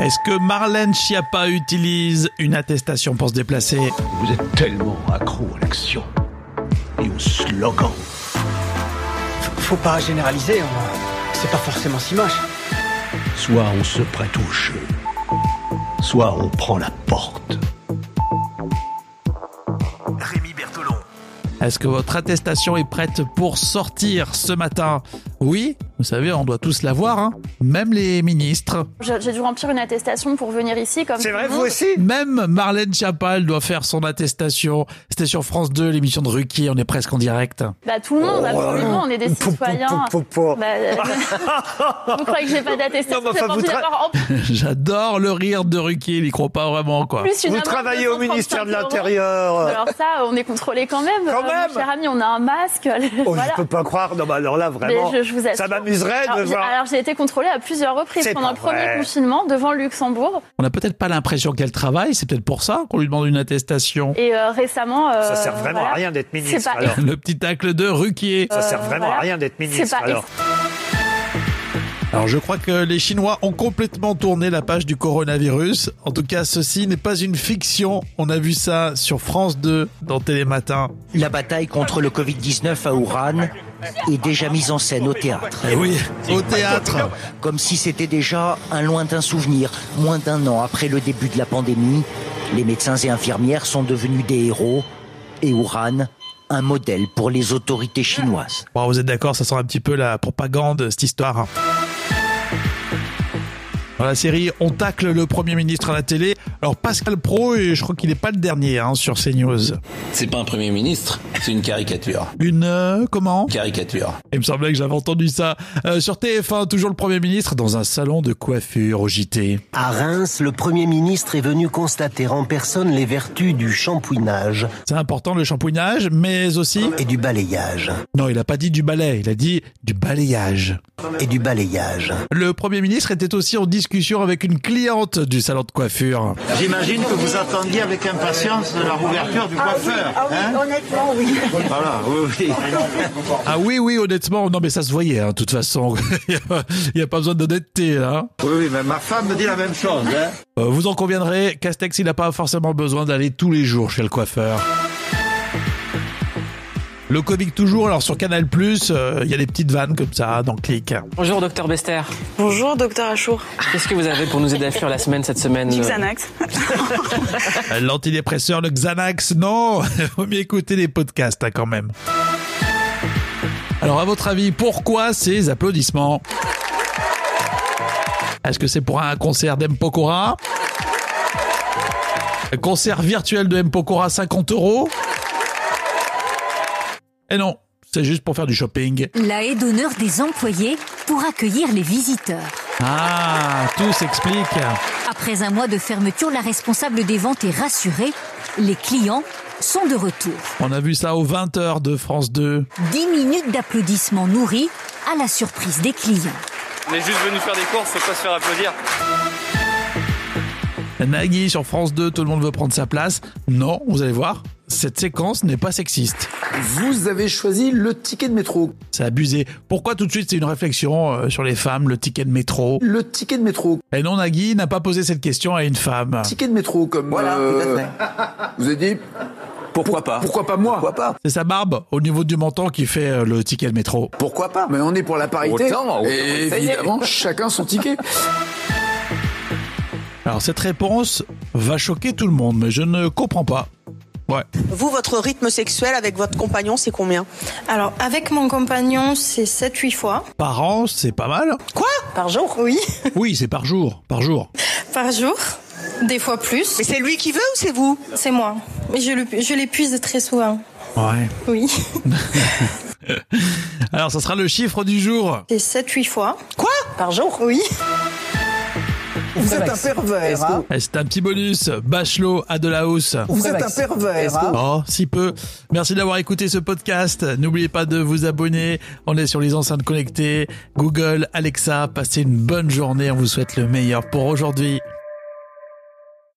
Est-ce que Marlène Schiappa utilise une attestation pour se déplacer Vous êtes tellement accro à l'action et au slogan. Faut pas généraliser, on- c'est pas forcément si moche. Soit on se prête au jeu, soit on prend la porte. Rémi Bertolon. Est-ce que votre attestation est prête pour sortir ce matin Oui, vous savez, on doit tous l'avoir, hein même les ministres. Je- J'ai dû remplir une attestation pour venir ici. comme C'est tout vrai, le vous monde. aussi Même Marlène Schiappa, elle doit faire son attestation. C'était sur France 2, l'émission de Ruquier, on est presque en direct. Bah, tout le monde, absolument, on est des Oh Pou, pou, citoyens. pou, pou, pou. Bah, euh, vous croyez que j'ai pas d'attestation Non, mais enfin, J'ai pas vous envie tra- d'avoir en J'adore le rire de Ruquier, il y croit pas vraiment, quoi. plus une Vous amende de travaillez au 135 ministère de euros. l'Intérieur. Alors ça, on est contrôlé quand même. Quand Euh, mon même. cher ami, on a un masque. Oh, voilà. je peux pas croire. Non, mais alors là, vraiment, Mais je- je vous assure. ça m'amuserait de Alors, j'ai- voir. alors, j'ai été contrôlée à plusieurs reprises C'est pendant pas le premier vrai. confinement devant le Luxembourg On n'a peut-être pas l'impression qu'elle travaille, c'est peut-être pour ça qu'on lui demande une attestation. et euh, récemment. ça euh, sert vraiment voilà. à rien d'être ministre. C'est pas- Alors, Le petit tacle de Ruquier. ça Euh, sert vraiment voilà. à rien d'être C'est ministre. pas alors. Alors je crois que les Chinois ont complètement tourné la page du coronavirus. En tout cas, ceci n'est pas une fiction. On a vu ça sur France 2 dans Télématin. La bataille contre le Covid-19 à Wuhan est déjà mise en scène au théâtre. Eh oui, au théâtre. Comme si c'était déjà un lointain souvenir. Moins d'un an après le début de la pandémie, les médecins et infirmières sont devenus des héros et Wuhan un modèle pour les autorités chinoises. Bon, vous êtes d'accord, ça sent un petit peu la propagande, cette histoire. hein. Dans la série, on tacle le Premier ministre à la télé. Alors Pascal Pro, et je crois qu'il n'est pas le dernier hein, sur CNews. C'est pas un Premier ministre, c'est une caricature. Une... euh, comment Caricature. Il me semblait que j'avais entendu ça. Euh, sur TF1, toujours le Premier ministre dans un salon de coiffure au JT. À Reims, le Premier ministre est venu constater en personne les vertus du shampouinage C'est important le shampouinage, mais aussi... et du balayage. Non, il a pas dit du balai, il a dit du balayage. Et du balayage. Le Premier ministre était aussi en discussion avec une cliente du salon de coiffure. J'imagine que vous attendiez avec impatience la rouverture du Ah coiffeur. hein honnêtement, oui. Voilà, oui, oui. Ah oui, oui, honnêtement, non mais ça se voyait, hein, de toute façon. il n'y a, pas besoin d'honnêteté, là. Oui, oui, mais ma femme me dit la même chose. Hein Euh, vous en conviendrez, Castex, il n'a pas forcément besoin d'aller tous les jours chez le coiffeur. Le comique toujours, alors sur Canal+, euh, il y a des petites vannes comme ça, dans Click. Bonjour docteur Bester. Bonjour, docteur Achour. Qu'est-ce que vous avez pour nous aider à fuir la semaine cette semaine Du euh, Xanax. Euh, L'antidépresseur, le Xanax, non Vaut mieux écouter les podcasts, hein, quand même. Alors, à votre avis, pourquoi ces applaudissements Est-ce que c'est pour un concert d'M. Pokora Un Concert virtuel de M. Pokora, 50 euros Et non, c'est juste pour faire du shopping. La haie d'honneur des employés pour accueillir les visiteurs. Ah, tout s'explique. Après un mois de fermeture, la responsable des ventes est rassurée. Les clients sont de retour. On a vu ça aux 20h de France 2. 10 minutes d'applaudissements nourris à la surprise des clients. On est juste venu faire des courses, faut pas se faire applaudir. Nagui sur France 2, tout le monde veut prendre sa place. Non, vous allez voir, cette séquence n'est pas sexiste. Vous avez choisi le ticket de métro. C'est abusé. Pourquoi tout de suite c'est une réflexion euh, sur les femmes, le ticket de métro Le ticket de métro. Et non, Nagui n'a pas posé cette question à une femme. Ticket de métro comme. Voilà, Vous avez dit. Pourquoi pas Pourquoi pas moi Pourquoi pas C'est sa barbe au niveau du menton qui fait euh, le ticket de métro. Pourquoi pas Mais on est pour la parité. et évidemment, chacun son ticket. Alors cette réponse va choquer tout le monde, mais je ne comprends pas. Ouais. Vous, votre rythme sexuel avec votre compagnon, c'est combien Alors, avec mon compagnon, c'est 7-8 fois. Par an, c'est pas mal. Quoi Par jour Oui, Oui, c'est par jour, par jour. par jour. Des fois plus. Mais c'est lui qui veut ou c'est vous C'est moi. Mais je le- je l'épuise très souvent. Ouais. Oui. Alors ça sera le chiffre du jour. C'est 7-8 fois. Quoi Par jour Oui. Vous êtes un pervers. hein Et Eh, C'est un petit bonus. Bachelot à de la hausse. Vous êtes un pervers. hein Oh, si peu. Merci d'avoir écouté ce podcast. N'oubliez pas de vous abonner. On est sur les enceintes connectées, Google, Alexa. Passez une bonne journée. On vous souhaite le meilleur pour aujourd'hui.